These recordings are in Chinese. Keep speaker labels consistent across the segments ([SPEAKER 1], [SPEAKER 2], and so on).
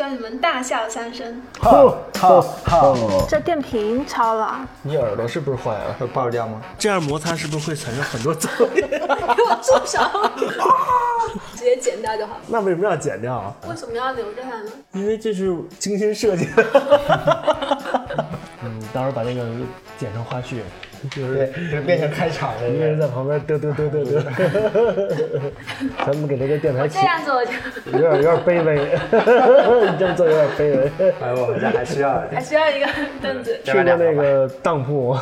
[SPEAKER 1] 让你们大笑三声。
[SPEAKER 2] 好好好，
[SPEAKER 3] 这电瓶超了，
[SPEAKER 2] 你耳朵是不是坏了？会爆掉吗？
[SPEAKER 4] 这样摩擦是不是会产生很多噪音？
[SPEAKER 1] 给我住手！直接剪掉就好。
[SPEAKER 4] 那为什么要剪掉啊？
[SPEAKER 1] 为什么要留着它呢？
[SPEAKER 4] 因为这是精心设计 的。嗯，到时候把那个剪成花絮，就是
[SPEAKER 2] 对，就变成开场了。
[SPEAKER 4] 一个人在旁边嘚嘚嘚嘚嘚。咱们给这个电台起
[SPEAKER 1] 这样做就
[SPEAKER 4] 有点有点卑微，你这么做有点卑微。
[SPEAKER 2] 哎，我们家还需要
[SPEAKER 1] 还需要一个凳子。
[SPEAKER 4] 去过那个当铺，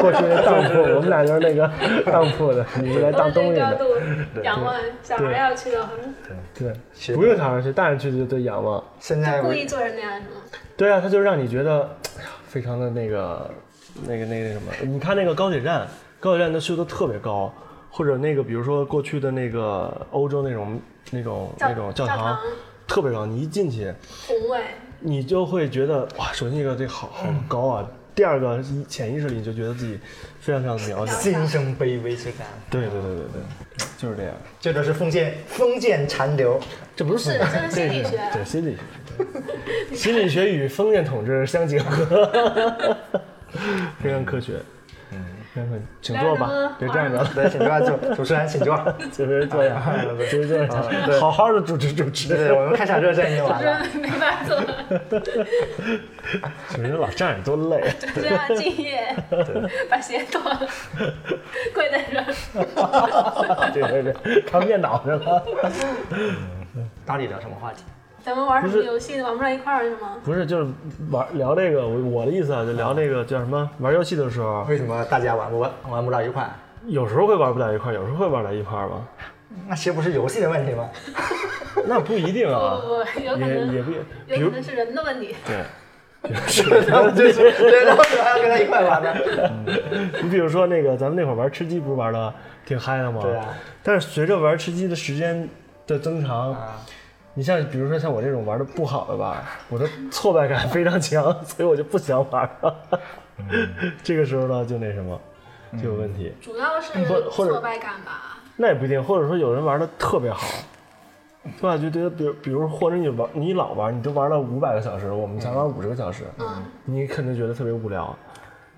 [SPEAKER 4] 过去那 当铺，我们俩就是那个当铺的，你是来当东
[SPEAKER 1] 从
[SPEAKER 4] 西
[SPEAKER 1] 这个高
[SPEAKER 4] 的。
[SPEAKER 1] 度仰望，小孩要去的话，
[SPEAKER 4] 对，不用小孩去，大人去就对仰望。
[SPEAKER 2] 现在
[SPEAKER 1] 故
[SPEAKER 2] 我
[SPEAKER 1] 意做成那样是吗？
[SPEAKER 4] 对啊，他就让你觉得，哎呀，非常的那个，那个那个什么。你看那个高铁站，高铁站都修的特别高，或者那个比如说过去的那个欧洲那种那种
[SPEAKER 1] 教
[SPEAKER 4] 那种教
[SPEAKER 1] 教
[SPEAKER 4] 堂
[SPEAKER 1] 堂，
[SPEAKER 4] 特别高。你一进去，
[SPEAKER 1] 宏伟，
[SPEAKER 4] 你就会觉得哇，首先一个这好好高啊，第二个一潜意识里你就觉得自己非常非常渺小。
[SPEAKER 2] 心生卑微之感，
[SPEAKER 4] 对对对对对，就是这样。
[SPEAKER 2] 这都是封建封建残留。
[SPEAKER 4] 这不是
[SPEAKER 1] 是
[SPEAKER 4] 封
[SPEAKER 1] 这是
[SPEAKER 4] 建
[SPEAKER 1] 心理学
[SPEAKER 4] 对心理学， 心理学与封建统治相结合， 非常科学。嗯，请坐
[SPEAKER 1] 来了
[SPEAKER 4] 吧
[SPEAKER 1] 吗，
[SPEAKER 4] 别站着 了，
[SPEAKER 2] 对，请坐，主主持人请坐。
[SPEAKER 4] 就是这样，就是这样，好好的主持主持
[SPEAKER 2] 对，对，我们开场热身已经完了。
[SPEAKER 1] 这没法做，
[SPEAKER 4] 啊主持人老站着 多累。
[SPEAKER 1] 这样敬业，把鞋脱了， 跪在这儿。
[SPEAKER 4] 对对对，看电脑去了。
[SPEAKER 2] 到底聊什么话题？
[SPEAKER 1] 咱们玩什
[SPEAKER 4] 不
[SPEAKER 1] 么
[SPEAKER 4] 是
[SPEAKER 1] 游戏玩不到一块儿是吗？
[SPEAKER 4] 不是，就是玩聊这个，我我的意思啊，就聊那个叫什么，玩游戏的时候，
[SPEAKER 2] 为什么大家玩不玩玩不到一块儿？
[SPEAKER 4] 有时候会玩不到一块儿，有时候会玩到一块儿 吧？
[SPEAKER 2] 那其实不是游戏的问题吗？
[SPEAKER 4] 那不一定
[SPEAKER 1] 不
[SPEAKER 4] 啊，
[SPEAKER 1] 不不，有可
[SPEAKER 4] 也也
[SPEAKER 1] 能，
[SPEAKER 4] 不，比
[SPEAKER 1] 有
[SPEAKER 4] 如
[SPEAKER 1] 可能是人的问题。
[SPEAKER 4] 对。
[SPEAKER 2] 他们就是，对，他们还要跟他一块玩呢。
[SPEAKER 4] 你比如说那个，咱们那会儿玩吃鸡，不是玩的挺嗨的吗？
[SPEAKER 2] 对啊。
[SPEAKER 4] 但是随着玩吃鸡的时间的增长，
[SPEAKER 2] 啊，
[SPEAKER 4] 你像比如说像我这种玩的不好的吧，我的挫败感非常强， 所以我就不想玩了。
[SPEAKER 2] 嗯
[SPEAKER 4] 这个时候呢，就那什么，就有问题。
[SPEAKER 1] 主要是
[SPEAKER 4] 或或者
[SPEAKER 1] 挫败感吧。
[SPEAKER 2] 嗯
[SPEAKER 4] 那也不一定，或者说有人玩的特别好，对吧？就觉得，比如，比如，或者你玩，你老玩，你都玩了五百个小时，我们才玩五十个小时，
[SPEAKER 1] 嗯，
[SPEAKER 4] 你肯定觉得特别无聊。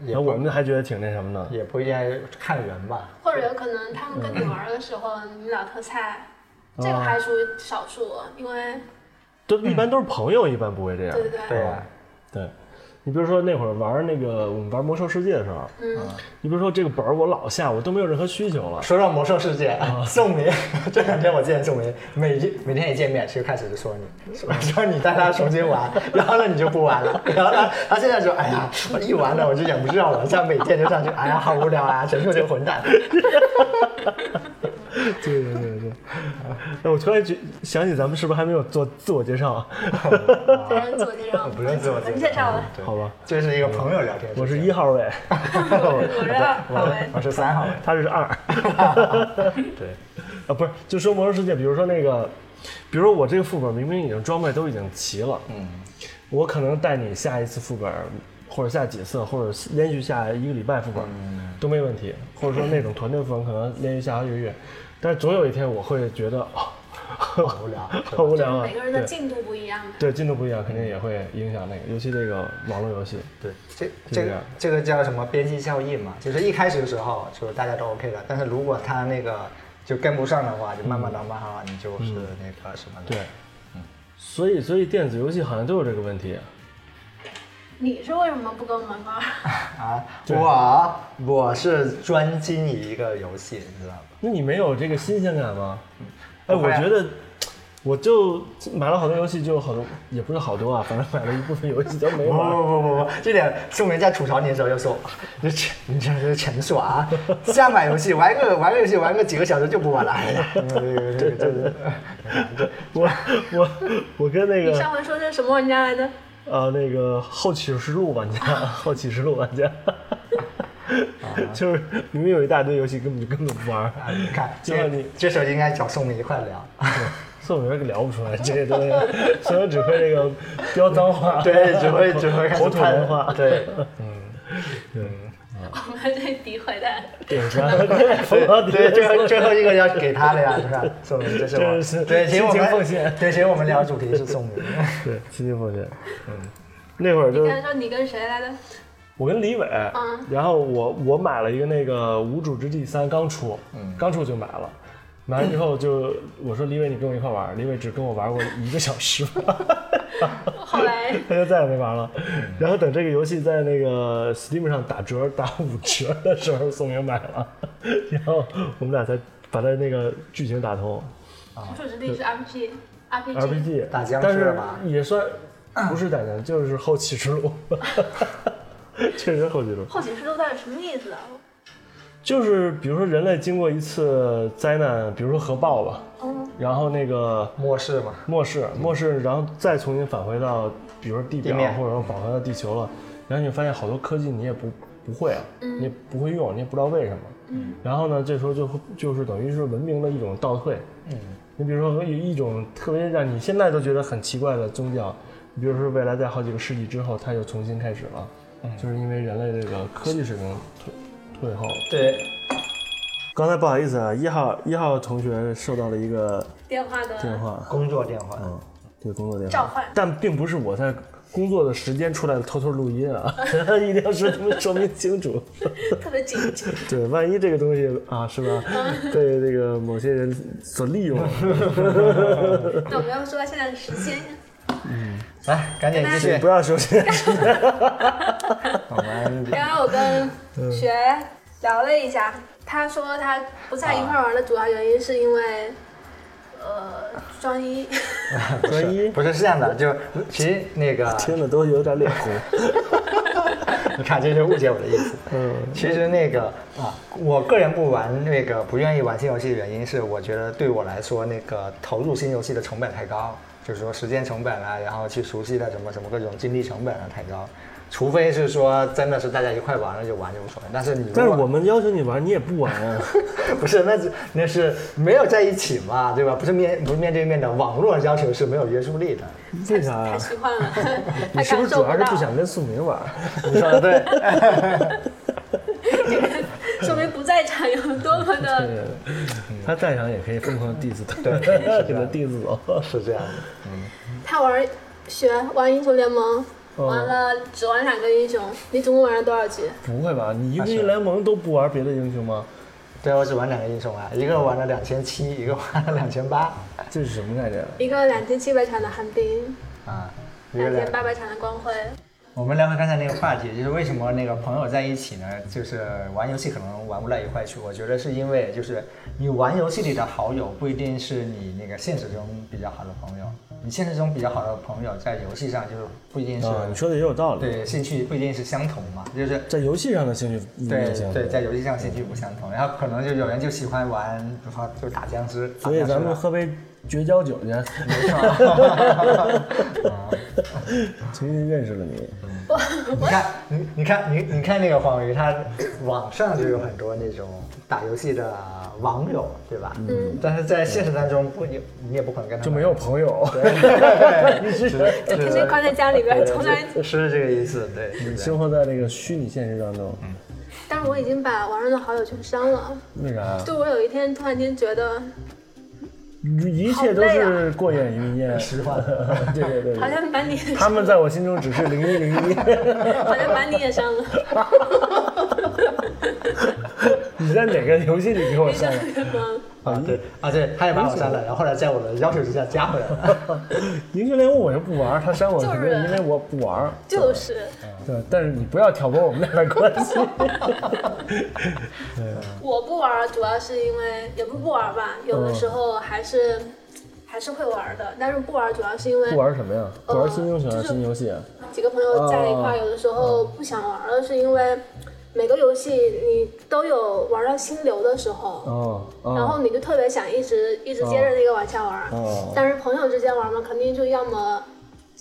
[SPEAKER 2] 也
[SPEAKER 4] 然后
[SPEAKER 2] 不
[SPEAKER 4] 我们还觉得挺那什么的，
[SPEAKER 2] 也不一定看人吧。
[SPEAKER 1] 或者有可能他们跟你玩的时候，你们俩特菜，这个还属于少数，因为
[SPEAKER 4] 都一般都是朋友，一般不会这样。
[SPEAKER 1] 对对对，
[SPEAKER 2] 对啊呀，
[SPEAKER 4] 对，你比如说那会儿玩那个我们玩魔兽世界的时候，
[SPEAKER 1] 嗯，
[SPEAKER 4] 你比如说这个本儿我老下，我都没有任何需求了。
[SPEAKER 2] 说到魔兽世界，
[SPEAKER 4] 啊
[SPEAKER 2] 宋明 这两天我见宋明，每一每天一见面就开始就说你， 说说你带他重新玩， 然后呢你就不玩了， 然后他他现在说，哎呀，我一玩呢我就忍不住要玩，像每天就上去，哎 呀好无聊啊，全是这个 混蛋。
[SPEAKER 4] 对对对对。那我突然觉想起咱们是不是还没有做自我介绍 啊？
[SPEAKER 1] 别人自我介绍，
[SPEAKER 2] 不用自我
[SPEAKER 1] 我
[SPEAKER 2] 介绍
[SPEAKER 1] 们介绍 吧，
[SPEAKER 2] 对
[SPEAKER 4] 好吧，
[SPEAKER 2] 这是一个朋友聊天。
[SPEAKER 4] 我是
[SPEAKER 2] 这
[SPEAKER 4] 一号位，
[SPEAKER 1] 我是好文，
[SPEAKER 2] 我是三号位。
[SPEAKER 4] 他这是二。
[SPEAKER 2] 对，
[SPEAKER 4] 啊，不是，就说魔兽世界，比如说那个，比如说我这个副本明明已经装备都已经齐了，
[SPEAKER 2] 嗯，
[SPEAKER 4] 我可能带你下一次副本，或者下几次，或者连续下一个礼拜副本、都没问题，或者说那种团队副本可能连续下好几个月，但是总有一天我会觉得哦，好
[SPEAKER 2] 无聊
[SPEAKER 4] 好无聊啊，
[SPEAKER 1] 每个人的
[SPEAKER 4] 对
[SPEAKER 1] 进度不一样嘛。
[SPEAKER 4] 对进度不一样，肯定也会影响那个，尤其这个网络游戏，
[SPEAKER 2] 对，这
[SPEAKER 4] 这
[SPEAKER 2] 这个
[SPEAKER 4] 样
[SPEAKER 2] 这个叫什么边际效应嘛？就是一开始的时候就是大家都 OK 的，但是如果他那个就跟不上的话，就慢慢的慢慢地你就是那个什么的。
[SPEAKER 4] 对，所以所以电子游戏好像都有这个问题、
[SPEAKER 1] 你是为什么不跟我们玩？
[SPEAKER 2] 啊，我我是专精于一个游戏，你知道吗？
[SPEAKER 4] 那你没有这个新鲜感吗？哎，
[SPEAKER 2] 我
[SPEAKER 4] 我
[SPEAKER 2] 会啊
[SPEAKER 4] 觉得我就买了好多游戏，就有好多也不是好多啊，反正买了一部分游戏都没
[SPEAKER 2] 不
[SPEAKER 4] 玩。
[SPEAKER 2] 不不不不，这点宋明在吐槽你的时候就说，你这你这是陈爽啊，瞎买游戏玩个玩个游戏玩个几个小时就不玩了，哎呀，这个这个这个
[SPEAKER 4] 我我我跟那
[SPEAKER 1] 你
[SPEAKER 4] 个
[SPEAKER 1] 上回说的什么玩家来着？
[SPEAKER 4] 呃那个后启示录玩家，后启示录玩家，就是明明有一大堆游戏，根本就根本不玩。
[SPEAKER 2] 啊，你看，
[SPEAKER 4] 就
[SPEAKER 2] 这
[SPEAKER 4] 让你
[SPEAKER 2] 这时候应该找宋明一块聊。
[SPEAKER 4] 宋明聊不出来这些东西，宋明只会那个飙脏话，
[SPEAKER 2] 对，只会只会开始
[SPEAKER 4] 口吐
[SPEAKER 2] 喷
[SPEAKER 4] 文化
[SPEAKER 2] 对，嗯，
[SPEAKER 4] 对，
[SPEAKER 1] 我们这诋毁的，
[SPEAKER 4] 顶上，对
[SPEAKER 2] 对 对，最后
[SPEAKER 4] 这
[SPEAKER 2] 最后一个要给他的呀，是吧？宋明，这是
[SPEAKER 4] 真是
[SPEAKER 2] 我对，其实我
[SPEAKER 4] 亲情奉
[SPEAKER 2] 们
[SPEAKER 4] 献
[SPEAKER 2] 对，其实我们聊主题是宋明，
[SPEAKER 4] 对七星奉献，嗯，那会儿就
[SPEAKER 1] 你
[SPEAKER 4] 是
[SPEAKER 1] 刚才说你跟谁来的？
[SPEAKER 4] 我跟李伟，
[SPEAKER 1] 嗯
[SPEAKER 4] 然后我我买了一个那个《无主之地三》，刚出，
[SPEAKER 2] 嗯
[SPEAKER 4] 刚出就买了。买完之后就我说李伟，你跟我一块玩儿，李伟只跟我玩过一个小时，
[SPEAKER 1] 后来
[SPEAKER 4] 他就再也没玩了。
[SPEAKER 2] 嗯
[SPEAKER 4] 然后等这个游戏在那个 Steam 上打折打五折的时候，宋明买了，然后我们俩才把它那个剧情打通
[SPEAKER 1] 无主之地是 RPG。RPG，
[SPEAKER 4] RPG，
[SPEAKER 2] 打僵
[SPEAKER 4] 但
[SPEAKER 2] 尸
[SPEAKER 4] 是
[SPEAKER 2] 吧嗯
[SPEAKER 4] 也算不是打僵，就是后期之路， 确实后期之路。
[SPEAKER 1] 后起之路到底什么意思啊？
[SPEAKER 4] 就是比如说人类经过一次灾难，比如说核爆吧，
[SPEAKER 1] 嗯，
[SPEAKER 4] 然后那个
[SPEAKER 2] 末世嘛，
[SPEAKER 4] 末世，末世，然后再重新返回到，比如说地表
[SPEAKER 2] 地面
[SPEAKER 4] 或者说返回到地球了，然后你发现好多科技你也不不会啊，你也不会用，你也不知道为什么。嗯。然后呢，这时候就会就是等于是文明的一种倒退。嗯。你比如说有一种特别让你现在都觉得很奇怪的宗教，比如说未来在好几个世纪之后，它又重新开始了，就是因为人类这个科技水平退退后了。
[SPEAKER 2] 对，
[SPEAKER 4] 刚才不好意思啊，一号一号同学收到了一个
[SPEAKER 1] 电话的
[SPEAKER 4] 电话，
[SPEAKER 2] 工作电话，
[SPEAKER 4] 嗯，对工作电话
[SPEAKER 1] 召唤
[SPEAKER 4] 但并不是我在工作的时间出来偷偷录音啊， 一定要说你们说明清 楚。
[SPEAKER 1] 特别紧张，
[SPEAKER 4] 对，万一这个东西啊，是吧，
[SPEAKER 1] 嗯
[SPEAKER 4] 被这个某些人所利用，啊
[SPEAKER 1] 那我们要说到现在的时间，
[SPEAKER 2] 来，赶紧继
[SPEAKER 4] 请
[SPEAKER 2] 续
[SPEAKER 4] 不，要 收心。
[SPEAKER 2] 我们
[SPEAKER 1] 刚刚我跟学聊了一下，他说他不在一块儿玩的主要原因是因为，呃，专一。
[SPEAKER 4] 啊专一
[SPEAKER 2] 不是是这样的，就是其实那个，
[SPEAKER 4] 听的都有点脸红。
[SPEAKER 2] 你看这就误解我的意思。
[SPEAKER 4] 嗯，
[SPEAKER 2] 其实那个啊，我个人不玩那个不愿意玩新游戏的原因是，我觉得对我来说那个投入新游戏的成本太高，就是说时间成本啊，然后去熟悉的什么什么各种精力成本啊太高。除非是说真的是大家一块玩了就玩就无所谓，但是你如果
[SPEAKER 4] 但是我们要求你玩，你也不玩 啊。
[SPEAKER 2] 不是那是那是没有在一起嘛，对吧？不是面不是面对面的，网络要求是没有约束力的。
[SPEAKER 4] 为啥
[SPEAKER 1] 太
[SPEAKER 4] 呀？
[SPEAKER 1] 虚幻 了，他
[SPEAKER 4] 你是不
[SPEAKER 1] 感
[SPEAKER 4] 是
[SPEAKER 1] 受
[SPEAKER 4] 主要是
[SPEAKER 1] 到
[SPEAKER 4] 不，想跟宿明玩？
[SPEAKER 2] 你说的对，
[SPEAKER 1] 说明不在场有多么的
[SPEAKER 4] 对，他在场也可以疯狂 diss 他，
[SPEAKER 2] 对
[SPEAKER 4] 给他 diss 走。
[SPEAKER 2] 是这样的。
[SPEAKER 1] 他玩学玩英雄联盟，
[SPEAKER 4] 哦
[SPEAKER 1] 玩了只玩两个英雄，你总共玩了多少局？
[SPEAKER 4] 不会吧？你英雄联盟都不玩别的英雄吗？
[SPEAKER 2] 对，我只玩两个英雄啊，一个玩了两千七，一个玩了两千八，
[SPEAKER 4] 这是什么概念？
[SPEAKER 1] 一个两千七百场的寒冰，
[SPEAKER 2] 啊，一个
[SPEAKER 1] 两
[SPEAKER 2] 两
[SPEAKER 1] 千八百场的光辉，
[SPEAKER 2] 我们聊回刚才那个话题，就是为什么那个朋友在一起呢？就是玩游戏可能玩不到一块去。我觉得是因为就是你玩游戏里的好友不一定是你那个现实中比较好的朋友，你现实中比较好的朋友在游戏上就是不一定是、
[SPEAKER 4] 啊，你说的也有道理。
[SPEAKER 2] 对兴趣不一定是相同嘛，就是
[SPEAKER 4] 在游戏上的兴趣不
[SPEAKER 2] 对
[SPEAKER 4] 明显，
[SPEAKER 2] 对，在游戏上兴趣不相同，然后可能就有人就喜欢玩，比如说就打僵尸，
[SPEAKER 4] 所以
[SPEAKER 2] 打僵尸
[SPEAKER 4] 咱们
[SPEAKER 2] 吧
[SPEAKER 4] 喝杯绝交酒去，
[SPEAKER 2] 没错。
[SPEAKER 4] 重新认识了你。
[SPEAKER 2] 你看，你你看，你你看那个黄鱼，他网上就有很多那种打游戏的网友，对吧？嗯。但是在现实当中，不，你你也不可能跟他
[SPEAKER 4] 就
[SPEAKER 2] 们
[SPEAKER 4] 没有朋友，
[SPEAKER 2] 对，是是
[SPEAKER 1] 就天天关在家里边，从来。
[SPEAKER 2] 是是这个意思，对。是这 样
[SPEAKER 4] 生活在那个虚拟现实当中。
[SPEAKER 1] 但是我已经把网上的好友全删了。
[SPEAKER 4] 为啥呀？
[SPEAKER 1] 就我有一天突然间觉得，
[SPEAKER 4] 一切都是过眼云烟。
[SPEAKER 2] 实话，
[SPEAKER 4] 对对对
[SPEAKER 1] 好
[SPEAKER 4] 对，
[SPEAKER 1] 像把你，
[SPEAKER 4] 他们在我心中只是零一 零一。
[SPEAKER 1] 好像把你也删了。
[SPEAKER 4] 你在哪个游戏里给我删的？
[SPEAKER 2] 啊对啊对，他也把我删了，然后后来在我的要求之下加回来了。
[SPEAKER 4] 英雄联盟我就不玩，他删我
[SPEAKER 1] 就是
[SPEAKER 4] 肯定因为我不玩。
[SPEAKER 1] 就是，
[SPEAKER 4] 对，但是你不要挑拨我们俩的关 系。
[SPEAKER 1] 我不玩儿主要是因为也不是不玩儿吧，有的时候还是、还是会玩儿的，但是不玩儿主要是因为
[SPEAKER 4] 不玩什么呀？不玩新英雄
[SPEAKER 1] 就
[SPEAKER 4] 还
[SPEAKER 1] 是
[SPEAKER 4] 是新游戏啊？
[SPEAKER 1] 几个朋友在一块儿，有的时候不想玩儿了，是因为每个游戏你都有玩到心流的时候。
[SPEAKER 4] 哦哦，
[SPEAKER 1] 然后你就特别想一直一直
[SPEAKER 4] 嗯
[SPEAKER 1] 接着那个往下玩儿，
[SPEAKER 4] 哦
[SPEAKER 1] 但是朋友之间玩嘛，肯定就要么，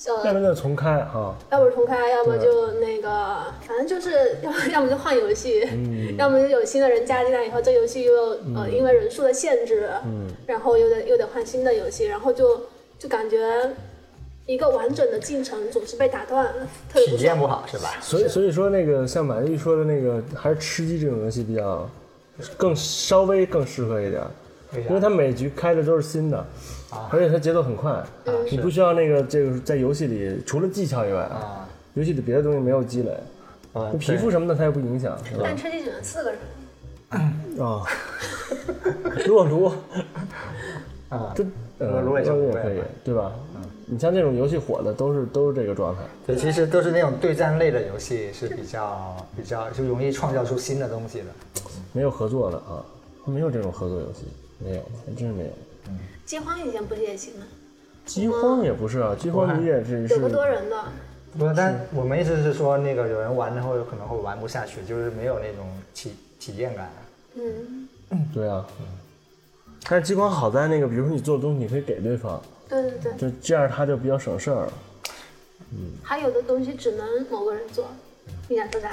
[SPEAKER 4] 要
[SPEAKER 1] 呃，
[SPEAKER 4] 不就重开啊，
[SPEAKER 1] 要不重开，要么就那个，反正就是 要要么就换游戏，要么就有新的人加进来以后，这游戏又呃因为人数的限制，然后又得又得换新的游戏，然后就就感觉一个完整的进程总是被打断了，特别
[SPEAKER 2] 体
[SPEAKER 1] 不
[SPEAKER 2] 验
[SPEAKER 1] 爽。
[SPEAKER 2] 不好是吧？
[SPEAKER 4] 所以所以说那个像马丽说的那个，还是吃鸡这种游戏比较更稍微更适合一点，
[SPEAKER 2] 为啥
[SPEAKER 4] 因为它每局开的都是新的，而且它节奏很快，你不需要那个这个在游戏里除了技巧以外，
[SPEAKER 2] 啊，
[SPEAKER 4] 游戏里别的东西没有积累，
[SPEAKER 2] 啊
[SPEAKER 4] 你皮肤什么的它也不影响，是吧？
[SPEAKER 1] 但吃鸡只能四个人，
[SPEAKER 4] 啊，
[SPEAKER 2] 哦
[SPEAKER 4] 弱炉，
[SPEAKER 2] 啊，
[SPEAKER 4] 这呃
[SPEAKER 2] 弱炉也行
[SPEAKER 4] 也可以，对吧？
[SPEAKER 2] 嗯
[SPEAKER 4] 你像这种游戏火的都是都是这个状态，
[SPEAKER 2] 对，其实都是那种对战类的游戏是比较比较就容易创造出新的东西的。
[SPEAKER 4] 没有合作的啊，没有这种合作游戏，没有，还真是没有。
[SPEAKER 1] 饥荒以前不是也行吗？
[SPEAKER 4] 饥荒也不是啊，饥荒你也是
[SPEAKER 1] 有
[SPEAKER 4] 是
[SPEAKER 1] 不多人的，
[SPEAKER 2] 不，但我们意思是说，那个有人玩的会可能会玩不下去，就是没有那种体体验感。
[SPEAKER 1] 嗯，
[SPEAKER 4] 对啊。但是饥荒好在那个，比如说你做的东西，你可以给对方，
[SPEAKER 1] 对对对，
[SPEAKER 4] 就这样他就比较省事儿。
[SPEAKER 1] 还有的东西只能某个人做。你想说啥？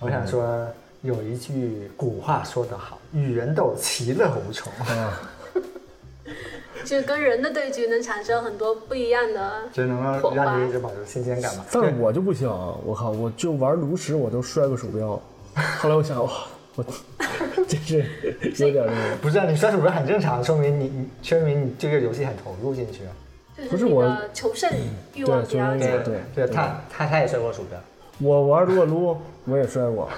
[SPEAKER 2] 我想说，有一句古话说得好，“与人斗，其乐无穷”，
[SPEAKER 4] 哎
[SPEAKER 1] 就是跟人的对局能产生很多不一样的。
[SPEAKER 2] 就能
[SPEAKER 1] 火
[SPEAKER 2] 够
[SPEAKER 1] 花
[SPEAKER 2] 让你一直保持新鲜感嘛。
[SPEAKER 4] 但是我就不行，啊我靠，我就玩炉石我都摔过鼠标， 后来我想，哇，我 这是有点那个。
[SPEAKER 2] 不是啊，你摔鼠标很正常，说明你你说明你对这个游戏很投入进去。啊
[SPEAKER 1] 就
[SPEAKER 4] 不
[SPEAKER 1] 是
[SPEAKER 4] 是
[SPEAKER 1] 你
[SPEAKER 4] 我
[SPEAKER 1] 的求胜欲望
[SPEAKER 4] 对
[SPEAKER 1] 比较
[SPEAKER 4] 求胜欲
[SPEAKER 1] 强
[SPEAKER 4] 望，对
[SPEAKER 2] 对，他他他也摔过鼠标。
[SPEAKER 4] 我玩撸啊撸，我也摔过，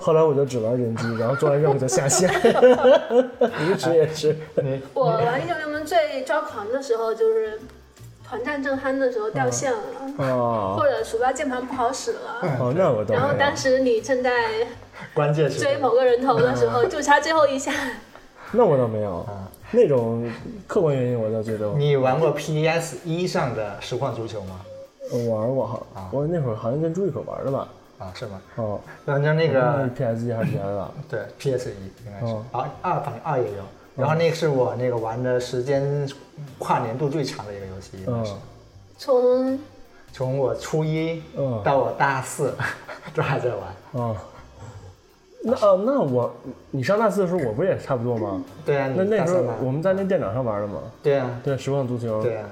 [SPEAKER 4] 后来我就只玩人机，然后做完任务就下线。 炉石也是，
[SPEAKER 2] 你
[SPEAKER 1] 我玩英雄联盟最抓狂的时候就是团战正酣的时候掉线了，
[SPEAKER 4] 哦
[SPEAKER 1] 或者鼠标键盘不好使
[SPEAKER 2] 嗯
[SPEAKER 1] 了。
[SPEAKER 4] 哦，那我倒
[SPEAKER 1] 然后
[SPEAKER 4] 没有
[SPEAKER 1] 当。时你正在
[SPEAKER 2] 关键是
[SPEAKER 1] 追某个人头的时
[SPEAKER 4] 嗯
[SPEAKER 1] 候，就差最后一下，
[SPEAKER 4] 那我倒没有，那种客观原因我倒觉得
[SPEAKER 2] 嗯你玩过 PS 一上的实况足球吗？
[SPEAKER 4] 我玩过哈，我那会儿好像跟朱一口玩的吧，
[SPEAKER 2] 啊，是吗？
[SPEAKER 4] 哦，
[SPEAKER 2] 然后那
[SPEAKER 4] 那
[SPEAKER 2] 个
[SPEAKER 4] 是 PS 一还是 PS 二？
[SPEAKER 2] 对 PS 一应该是
[SPEAKER 4] 嗯哦，
[SPEAKER 2] 啊二反正二也有。然后那个是我那个玩的时间跨年度最长的一个游戏，应该是
[SPEAKER 4] 嗯
[SPEAKER 1] 从
[SPEAKER 2] 从我初一
[SPEAKER 4] 嗯
[SPEAKER 2] 到我大四 都还在玩。
[SPEAKER 4] 哦，那哦，那我你上大四的时候，我不也差不多吗？
[SPEAKER 2] 对啊，
[SPEAKER 4] 那
[SPEAKER 2] 你
[SPEAKER 4] 那
[SPEAKER 2] 大
[SPEAKER 4] 时
[SPEAKER 2] 三
[SPEAKER 4] 候
[SPEAKER 2] 吗
[SPEAKER 4] 我们在那电脑上玩的嘛，
[SPEAKER 2] 对啊，
[SPEAKER 4] 对，实况足球，
[SPEAKER 2] 对啊，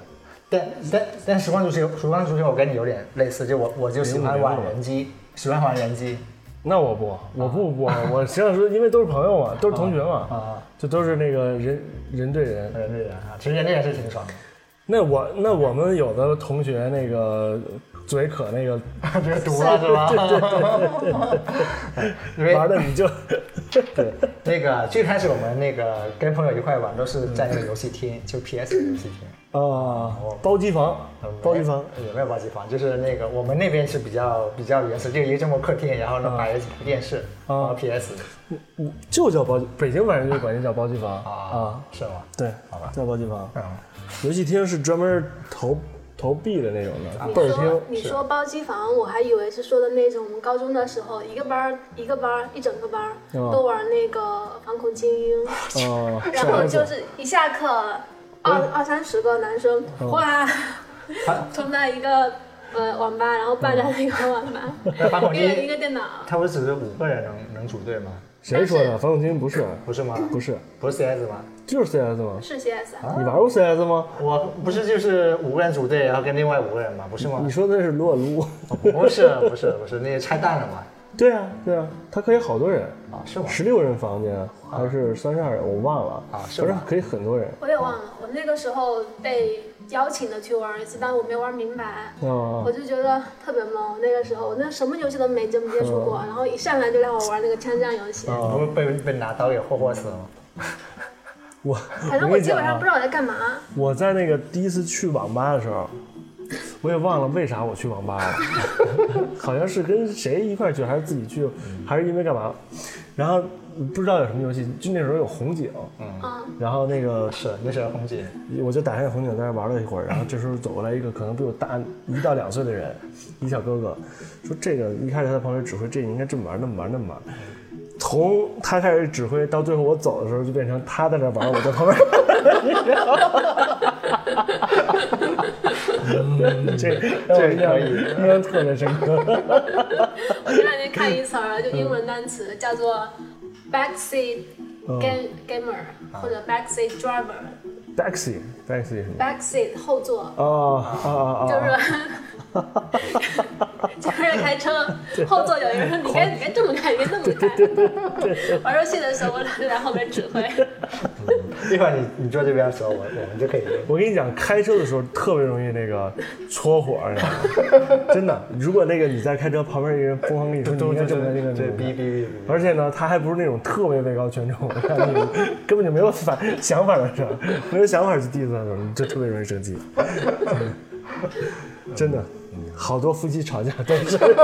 [SPEAKER 2] 但但但实况足球，实况足球我跟你有点类似，就我我就喜欢玩人机，喜欢玩人机
[SPEAKER 4] 那我不，我不不，我实际上是因为都是朋友嘛，都是同学嘛，
[SPEAKER 2] 啊，
[SPEAKER 4] 就都是那个人人对人。
[SPEAKER 2] 人类人啊，其实人类人是挺爽的，
[SPEAKER 4] 那我那我们有的同学那个嘴可那个
[SPEAKER 2] 这个毒了是吧？哎因
[SPEAKER 1] 哎
[SPEAKER 2] 为
[SPEAKER 4] 玩 的你就
[SPEAKER 2] 对那个最开始我们那个跟朋友一块玩都是在那个游戏厅，
[SPEAKER 4] 嗯
[SPEAKER 2] 就 PS 的游戏厅。哎
[SPEAKER 4] 啊包机房，包机房，
[SPEAKER 2] 也没有包机房，就是那个我们那边是比较比较原始，就一个这么客厅，然后呢摆了几台电视，然后 PS
[SPEAKER 4] 嗯就叫包机，北京反正就管这叫包机房啊，，
[SPEAKER 2] 是吗？
[SPEAKER 4] 对
[SPEAKER 2] 好吧，
[SPEAKER 4] 叫包机房。
[SPEAKER 2] 嗯，
[SPEAKER 4] 游戏厅是专门投投币的那种的，
[SPEAKER 1] 啊你
[SPEAKER 4] 倍儿
[SPEAKER 1] 说
[SPEAKER 4] 厅
[SPEAKER 1] 你说包机房，我还以为是说的那种我们高中的时候，一个班儿一个班儿一整个班儿
[SPEAKER 4] 嗯
[SPEAKER 1] 都玩那个反恐精英，
[SPEAKER 4] 哦，
[SPEAKER 1] 然后就是一下课，二二三十个男生，哇， 冲到一个呃网吧，然后霸占那个网
[SPEAKER 2] 那反
[SPEAKER 1] 吧，
[SPEAKER 2] 恐
[SPEAKER 1] 一
[SPEAKER 2] 精英
[SPEAKER 1] 人一个电脑，
[SPEAKER 2] 他不是只是五个人能能组队吗？
[SPEAKER 4] 谁说的？反恐精英不是，
[SPEAKER 2] 不是吗？
[SPEAKER 4] 不是，
[SPEAKER 2] 不是 CS 吗？
[SPEAKER 4] 就是 CS 吗？
[SPEAKER 1] 是 CS 啊。
[SPEAKER 4] 你玩过 CS 吗？
[SPEAKER 2] 我不是就是五个人组队，然后跟另外五个人吗？不是吗
[SPEAKER 4] 你？说的是撸啊撸。
[SPEAKER 2] 不是不是不是，那些拆弹了吗？
[SPEAKER 4] 对啊，对啊，它可以好多人，
[SPEAKER 2] 啊，是吗？
[SPEAKER 4] 十六人房
[SPEAKER 1] 啊
[SPEAKER 4] 间还是三十二人，我忘了
[SPEAKER 2] 啊是
[SPEAKER 4] 反正
[SPEAKER 2] 吗
[SPEAKER 4] 可以很多人。
[SPEAKER 1] 我也忘了，我那个时候被邀请的去玩一次，但我没玩明白，
[SPEAKER 4] 啊
[SPEAKER 1] 我就觉得特别懵。那个时候，我那什么游戏都没怎么接触过，然后一上来就让我玩那个枪战游戏，
[SPEAKER 2] 你不会被被拿刀给霍霍死了吗？
[SPEAKER 4] 我
[SPEAKER 1] 反正
[SPEAKER 4] 我
[SPEAKER 1] 我
[SPEAKER 4] 跟你
[SPEAKER 1] 基
[SPEAKER 4] 讲
[SPEAKER 1] 本上
[SPEAKER 4] 啊
[SPEAKER 1] 不知，道我在干嘛。
[SPEAKER 4] 我在那个第一次去网吧的时候，我也忘了为啥我去网吧了， 好像是跟谁一块儿去，还是自己去，还是因为干嘛？然后不知道有什么游戏，就那时候有红警，
[SPEAKER 1] 嗯，
[SPEAKER 4] 然后那个
[SPEAKER 2] 是，那时候红姐
[SPEAKER 4] 我就打开红警在那玩了一会儿，然后这时候走过来一个可能比我大一到两岁的人，一小哥哥，说这个一开始他在旁边指挥，这个应该这么玩，那么玩，那么玩。从他开始指挥到最后我走的时候，就变成他在那玩，我在旁边。嗯， 这
[SPEAKER 2] 这
[SPEAKER 4] 印象
[SPEAKER 2] 可以
[SPEAKER 4] 印象特别深刻。
[SPEAKER 1] 我前两天看一词儿，就英文单词叫
[SPEAKER 4] 哦啊
[SPEAKER 1] 做 backseat game gamer 或者 backseat driver，
[SPEAKER 4] Baxi Baxi 什么？
[SPEAKER 1] backseat 后座，
[SPEAKER 4] 哦哦哦
[SPEAKER 1] 就
[SPEAKER 4] 哦，
[SPEAKER 1] 是就是开车后座有一个人说你该你该这么开，你该这么开。 玩游戏的时候，我俩就在后面指挥。
[SPEAKER 2] 一会儿你你坐这边的时候，我我们就可以录。
[SPEAKER 4] 我跟你讲，开车的时候特别容易那个搓火，你知道吗？真的。如果那个你在开车旁边一个人疯狂跟你说，你应该这么开，那个
[SPEAKER 2] 对，哔哔哔。
[SPEAKER 4] 而且呢，他还不是那种特别位高权重，的，你根本就没有反想法的事儿，没有想法去 diss 他，你就特别容易生气。真的，好多夫妻吵架都是
[SPEAKER 2] 哔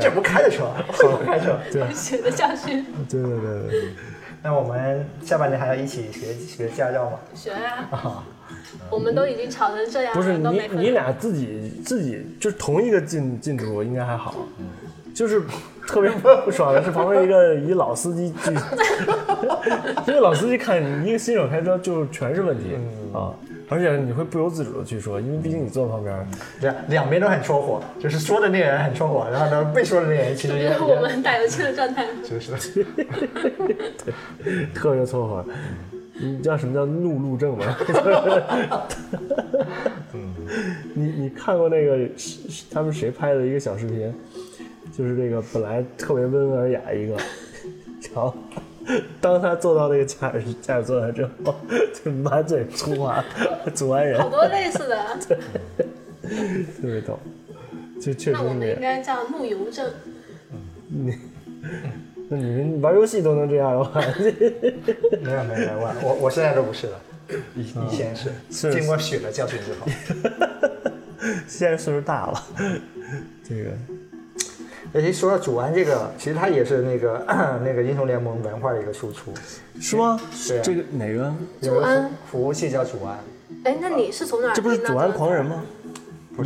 [SPEAKER 2] 这不开的车， 这不开车。
[SPEAKER 1] 写的啊下去
[SPEAKER 4] 对对对对，
[SPEAKER 2] 那我们下半年还要一起学学驾照吗？
[SPEAKER 1] 学啊，我们都已经吵成这样了，
[SPEAKER 4] 不是
[SPEAKER 1] 都
[SPEAKER 4] 你
[SPEAKER 1] 没
[SPEAKER 4] 你
[SPEAKER 1] 分。
[SPEAKER 4] 俩自己自己就是同一个进进组应该还好，就是特别不爽的是旁边一个一老司机去， 因为老司机看你一个新手开车就全是问题啊，而且你会不由自主的去说，因为毕竟你坐旁边。
[SPEAKER 2] 两啊两边都很戳火，就是说的那个人很戳火，然后呢被说的那个人其
[SPEAKER 1] 就
[SPEAKER 2] 实也
[SPEAKER 1] 是我们打游戏的 状态，
[SPEAKER 2] 就是
[SPEAKER 4] 特别凑合。你知道什么叫怒路症吗？ 你你看过那个是是他们谁拍的一个小视频，就是这个本来特别温文尔雅一个，然后当他坐到那个驾驶驾驶座上之后，就满嘴粗话，阻碍人
[SPEAKER 1] 好，多类似的。
[SPEAKER 4] 特别逗。就确实
[SPEAKER 1] 那我
[SPEAKER 4] 是
[SPEAKER 1] 们
[SPEAKER 4] 那
[SPEAKER 1] 应
[SPEAKER 4] 样。
[SPEAKER 1] 该叫怒游症，
[SPEAKER 4] 你那你们玩游戏都能这样的话，
[SPEAKER 2] 没有没有没有，我我我现在都不是了，以以前嗯是
[SPEAKER 4] 是
[SPEAKER 2] 经过血的教训之 后。
[SPEAKER 4] 现在岁数大了，这个
[SPEAKER 2] 而且说到祖安这个，其实它也是那个 那个英雄联盟文化的一个输出，
[SPEAKER 4] 是吗？
[SPEAKER 2] 对啊
[SPEAKER 4] 这个哪个？
[SPEAKER 2] 有个
[SPEAKER 1] 安
[SPEAKER 2] 服服务器叫祖安，
[SPEAKER 1] 哎，那你是从哪儿
[SPEAKER 4] 这
[SPEAKER 1] 听
[SPEAKER 4] 不
[SPEAKER 1] 到
[SPEAKER 4] 是
[SPEAKER 1] 的？
[SPEAKER 4] 《祖安狂人》吗？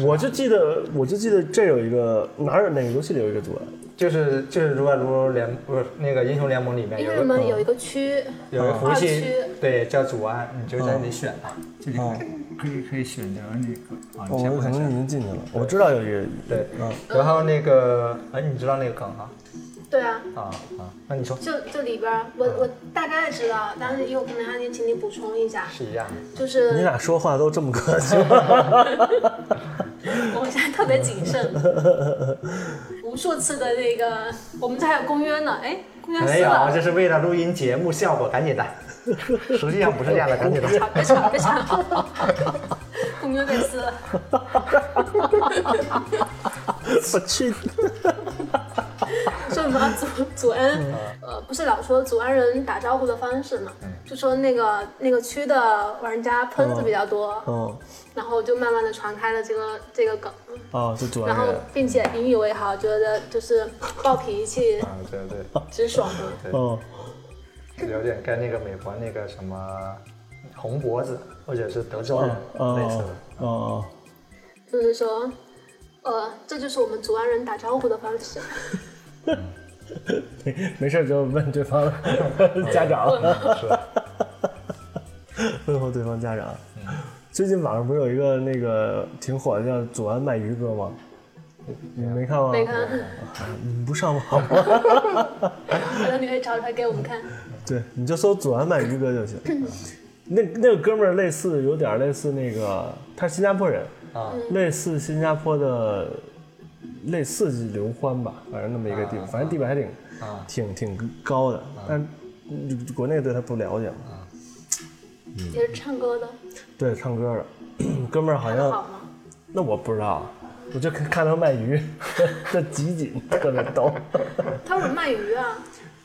[SPEAKER 4] 我就记得，我就记得这有一个哪儿有哪个游戏里有一个祖安，
[SPEAKER 2] 就是就是撸啊撸联不是那个英雄联盟里面
[SPEAKER 1] 因
[SPEAKER 2] 有
[SPEAKER 1] 为
[SPEAKER 2] 个
[SPEAKER 1] 我
[SPEAKER 4] 嗯
[SPEAKER 1] 们有一个区，
[SPEAKER 2] 有个服务
[SPEAKER 1] 二区
[SPEAKER 2] 器，对，叫祖安，你就在
[SPEAKER 4] 哦
[SPEAKER 2] 那里选吧，就可以可以可以选择那个啊，
[SPEAKER 4] 哦我哦
[SPEAKER 2] 你先不
[SPEAKER 4] 可
[SPEAKER 2] 能
[SPEAKER 4] 能已
[SPEAKER 2] 选。
[SPEAKER 4] 经进去了。我知道有一个，
[SPEAKER 2] 对，然后那个，哎，你知道那个梗哈？
[SPEAKER 1] 对啊，
[SPEAKER 2] 啊啊，那你说
[SPEAKER 1] 就就里边儿，我我大概知道，但是有可能还得请你补充一下，
[SPEAKER 2] 是一样的，
[SPEAKER 1] 就
[SPEAKER 4] 你
[SPEAKER 1] 是
[SPEAKER 4] 俩说话都这么客气，
[SPEAKER 1] 我现在特别谨慎，无数次的那个，我们这还有公约呢，哎，公约
[SPEAKER 2] 没
[SPEAKER 1] 撕
[SPEAKER 2] 有，
[SPEAKER 1] 了，
[SPEAKER 2] 这是为了录音节目效果，赶紧的，实际上不是这样的，赶 紧的。
[SPEAKER 1] 吵别吵别吵， 公约被撕了，
[SPEAKER 4] 我去，
[SPEAKER 1] 说什么祖祖安，
[SPEAKER 4] 嗯
[SPEAKER 1] 呃，不是老说祖安人打招呼的方式嘛，就说那个那个区的玩家喷子比较多，
[SPEAKER 4] 嗯，
[SPEAKER 1] 然后就慢慢的传开了这个这个梗。
[SPEAKER 4] 哦，就祖安
[SPEAKER 1] 然后
[SPEAKER 4] 人，，
[SPEAKER 1] 并且引以为豪，觉得就是暴脾气
[SPEAKER 2] 啊，对对。
[SPEAKER 1] 直爽嘛。
[SPEAKER 4] 嗯，
[SPEAKER 2] 有点跟那个美国那个什么红脖子或者是德州人类似
[SPEAKER 4] 哦
[SPEAKER 2] 的。，
[SPEAKER 4] 哦，
[SPEAKER 1] 就是说，呃，这就是我们祖安人打招呼的方式。
[SPEAKER 4] 没没事就问对方 家长，
[SPEAKER 2] 嗯是，
[SPEAKER 4] 问候哦对方家长。最近网上不是有一个那个挺火的叫“祖安卖鱼哥”吗？你没看吗？
[SPEAKER 1] 那个，
[SPEAKER 4] 你不上网吗？
[SPEAKER 1] 可能你会找出来给我们看。
[SPEAKER 4] 对，你就搜祖安曼鱼哥就行。
[SPEAKER 2] 嗯
[SPEAKER 4] 那那个哥们儿类似，有点类似那个，他是新加坡人
[SPEAKER 2] 啊，
[SPEAKER 4] 类似新加坡的，类似刘欢吧，反正那么一个地方，反正地位还挺
[SPEAKER 2] 啊
[SPEAKER 4] 挺挺高的，但嗯国内对他不了解嘛。
[SPEAKER 2] 啊
[SPEAKER 1] 也是唱歌的，
[SPEAKER 4] 对，唱歌的 哥们儿好
[SPEAKER 1] 好
[SPEAKER 4] 像，
[SPEAKER 1] 吗？
[SPEAKER 4] 那我不知道，我就看看他卖鱼， 那集锦特别逗。
[SPEAKER 1] 他怎么卖鱼啊？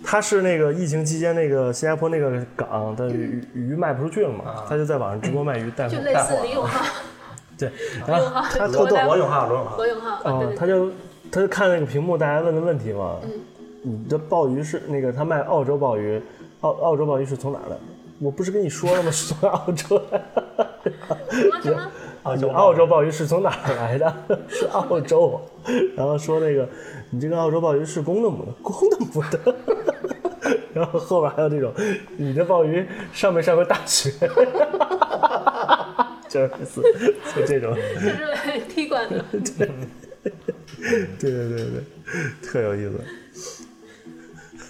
[SPEAKER 4] 他是那个疫情期间那个新加坡那个港的鱼鱼卖不出去了嘛，他就在网上直播卖鱼带货
[SPEAKER 1] 嗯就。类似啊李永浩、
[SPEAKER 4] 对，然后他
[SPEAKER 1] 罗
[SPEAKER 4] 特逗
[SPEAKER 1] 大，
[SPEAKER 2] 罗永浩，罗永浩
[SPEAKER 1] 罗永浩，对
[SPEAKER 4] 哦
[SPEAKER 1] 对，嗯
[SPEAKER 4] 他
[SPEAKER 1] 对，
[SPEAKER 4] 就他就看那个屏幕大家问的问题嘛，你的鲍鱼是那个他卖澳洲鲍鱼，澳澳洲鲍鱼是从哪儿来的？我不是跟你说了吗？是从澳洲来的。
[SPEAKER 1] 什么什么？
[SPEAKER 2] 澳
[SPEAKER 4] 你
[SPEAKER 2] 洲
[SPEAKER 4] 啊澳洲鲍鱼是从哪儿来的？ 是澳洲。啊 然后说那个，你这个澳洲鲍鱼是公的母的？公的母的。 然后后边还有这种，你这鲍鱼上没上过大学？ 就是类似就这种，
[SPEAKER 1] 就是踢馆的，
[SPEAKER 4] 对对对对，特有意思。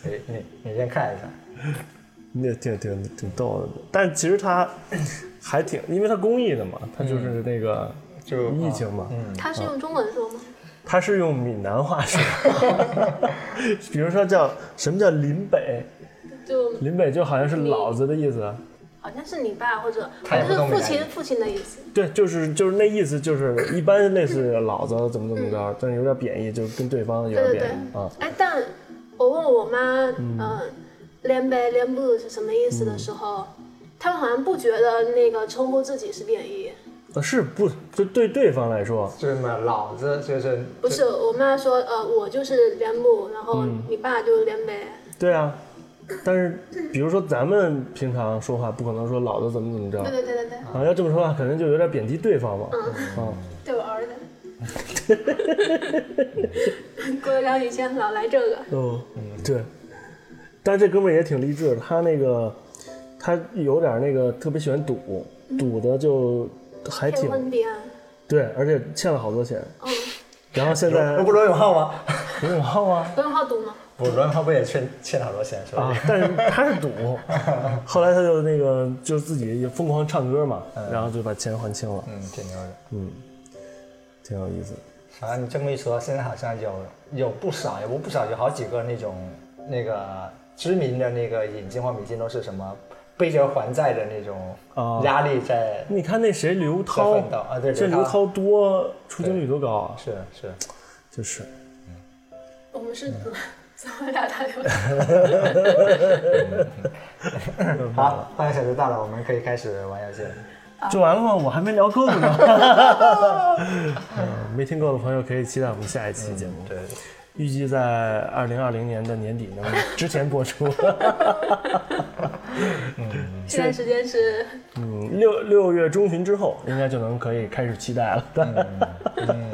[SPEAKER 2] 哎你你先看一下，
[SPEAKER 4] 那挺挺挺逗的。但其实它还挺，因为它公益的嘛，它就是那个
[SPEAKER 2] 就啊嗯
[SPEAKER 4] 疫情嘛，
[SPEAKER 1] 他是用中文说吗？
[SPEAKER 4] 它是用闽南话说， 比如说叫什么叫林北，
[SPEAKER 1] 就
[SPEAKER 4] 林北就好像是老子的意思，
[SPEAKER 1] 好像是你爸或者，
[SPEAKER 2] 他也
[SPEAKER 1] 反
[SPEAKER 2] 不
[SPEAKER 1] 正
[SPEAKER 2] 懂
[SPEAKER 1] 就是父
[SPEAKER 2] 闽南语
[SPEAKER 1] 亲父亲的意思。
[SPEAKER 4] 对，就是就是那意思，就是一般类似老子怎么怎么着，但是有点贬义，就是跟对方有点
[SPEAKER 1] 嗯对对
[SPEAKER 4] 贬义
[SPEAKER 1] 对
[SPEAKER 4] 啊。
[SPEAKER 1] 哎，但我问我妈，嗯、连杯连布是什么意
[SPEAKER 4] 嗯
[SPEAKER 1] 思的时候，他们好像不觉得那个称呼自己是贬义。
[SPEAKER 4] 呃是不就对对方来说，
[SPEAKER 2] 就是什么老子就是
[SPEAKER 1] 不是，我妈说，呃，我就是连布，然后
[SPEAKER 4] 嗯
[SPEAKER 1] 你爸就是连杯。
[SPEAKER 4] 对啊。但是比如说咱们平常说话，不可能说老子怎么怎么着
[SPEAKER 1] 对对对对对，
[SPEAKER 4] 啊，要这么说话，肯定就有点贬低对方嘛。啊，
[SPEAKER 1] 对我 儿子。 郭德纲以前老来这个，
[SPEAKER 4] 嗯，对。但是这哥们儿也挺励志的，他那个他有点那个特别喜欢赌，赌的就还
[SPEAKER 1] 天
[SPEAKER 4] 挺
[SPEAKER 1] 昏地暗。
[SPEAKER 4] 对，而且欠了好多钱。
[SPEAKER 1] 嗯，
[SPEAKER 4] 然后现在
[SPEAKER 2] 那不罗永浩吗？
[SPEAKER 4] 不是浩啊，
[SPEAKER 1] 不用好赌吗？
[SPEAKER 2] 不，罗永浩不也欠欠了好多钱是吧
[SPEAKER 4] 啊？，但是他是赌， 后来他就那个就自己也疯狂唱歌嘛，然后就把钱还清了，
[SPEAKER 2] 嗯，挺牛的。
[SPEAKER 4] 挺有意思。
[SPEAKER 2] 啊，你这么一说，现在好像有有不少，有不少有好几个那种那个知名的那个引进或迷进都是什么背着还债的那
[SPEAKER 4] 哦
[SPEAKER 2] 种压力在，
[SPEAKER 4] 你看那谁刘涛
[SPEAKER 2] 奋斗啊对
[SPEAKER 4] 这
[SPEAKER 2] 刘
[SPEAKER 4] 刘涛
[SPEAKER 2] 涛
[SPEAKER 4] 多出镜率多高啊，
[SPEAKER 2] 是是，
[SPEAKER 4] 就是嗯
[SPEAKER 1] 我们是怎么俩打 电话？
[SPEAKER 2] 好，半个小时到了，我们可以开始玩游戏了。
[SPEAKER 4] 就完了吗？我还没聊够呢。 嗯没听够的朋友可以期待我们下一期节目，
[SPEAKER 2] 对，
[SPEAKER 4] 预计在二零二零年的年底能之前播出。
[SPEAKER 1] 现在时间是
[SPEAKER 4] 嗯，六六月中旬之后应该就能可以开始期待了。
[SPEAKER 2] 嗯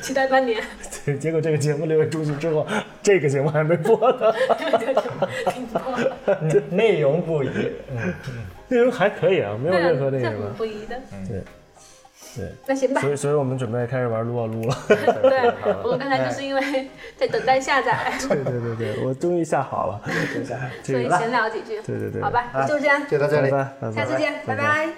[SPEAKER 1] 期待半年，
[SPEAKER 4] 对， 结果这个节目六月中旬之后，这个节目还没播呢，
[SPEAKER 1] 挺多的。
[SPEAKER 2] 嗯 内容不一，嗯，
[SPEAKER 4] 内容还可以啊，没有任何那
[SPEAKER 1] 这
[SPEAKER 4] 个什
[SPEAKER 1] 很
[SPEAKER 4] 么。
[SPEAKER 1] 不宜的。
[SPEAKER 4] 对，对，
[SPEAKER 1] 那行吧。
[SPEAKER 4] 所以所以我们准备开始玩撸啊撸了。
[SPEAKER 1] 对，我刚才就是因为在等待下载，所
[SPEAKER 4] 对对对对，我终于下好了。
[SPEAKER 2] 等一下。
[SPEAKER 1] 以闲聊几句。
[SPEAKER 4] 对对对
[SPEAKER 1] 好吧，就这样，
[SPEAKER 2] 就到这
[SPEAKER 4] 拜
[SPEAKER 2] 里。
[SPEAKER 4] 拜，拜拜
[SPEAKER 1] 下。次见，拜拜